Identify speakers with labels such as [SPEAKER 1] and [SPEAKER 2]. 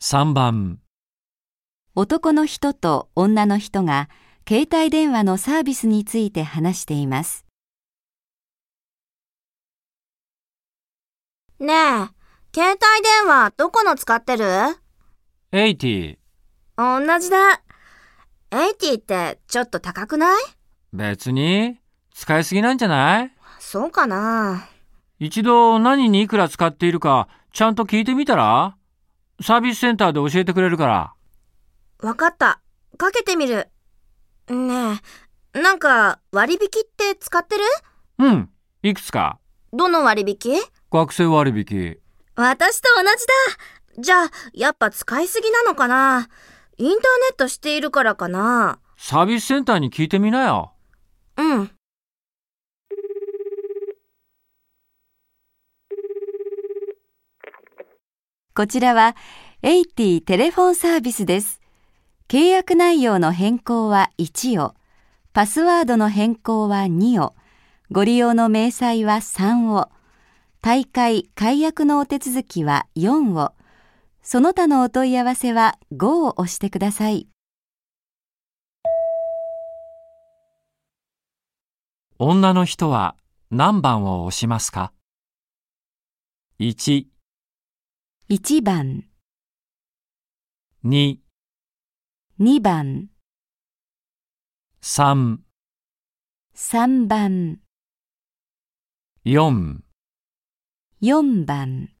[SPEAKER 1] 3番
[SPEAKER 2] 男の人と女の人が携帯電話のサービスについて話しています。
[SPEAKER 3] ねえ、携帯電話どこの使ってる
[SPEAKER 1] 80
[SPEAKER 3] 同じだ。80ってちょっと高くない
[SPEAKER 1] 別に使いすぎなんじゃない
[SPEAKER 3] そうかな。
[SPEAKER 1] 一度何にいくら使っているかちゃんと聞いてみたらサービスセンターで教えてくれるから
[SPEAKER 3] わかった。かけてみる。ねえ、なんか割引って使ってる
[SPEAKER 1] うんいくつか
[SPEAKER 3] どの割引
[SPEAKER 1] 学生割引
[SPEAKER 3] 私と同じだ。じゃあ、やっぱ使いすぎなのかな。インターネットしているからかな。
[SPEAKER 1] サービスセンターに聞いてみなよ
[SPEAKER 3] うん。
[SPEAKER 2] こちらは AT テレフォンサービスです。契約内容の変更は1を、パスワードの変更は2を、ご利用の明細は3を、大会・解約のお手続きは4を、その他のお問い合わせは5を押してください。
[SPEAKER 1] 女の人は何番を押しますか ?1、
[SPEAKER 2] 1番、
[SPEAKER 1] 2、
[SPEAKER 2] 2番、
[SPEAKER 1] 3、
[SPEAKER 2] 3番、
[SPEAKER 1] 4
[SPEAKER 2] 4番。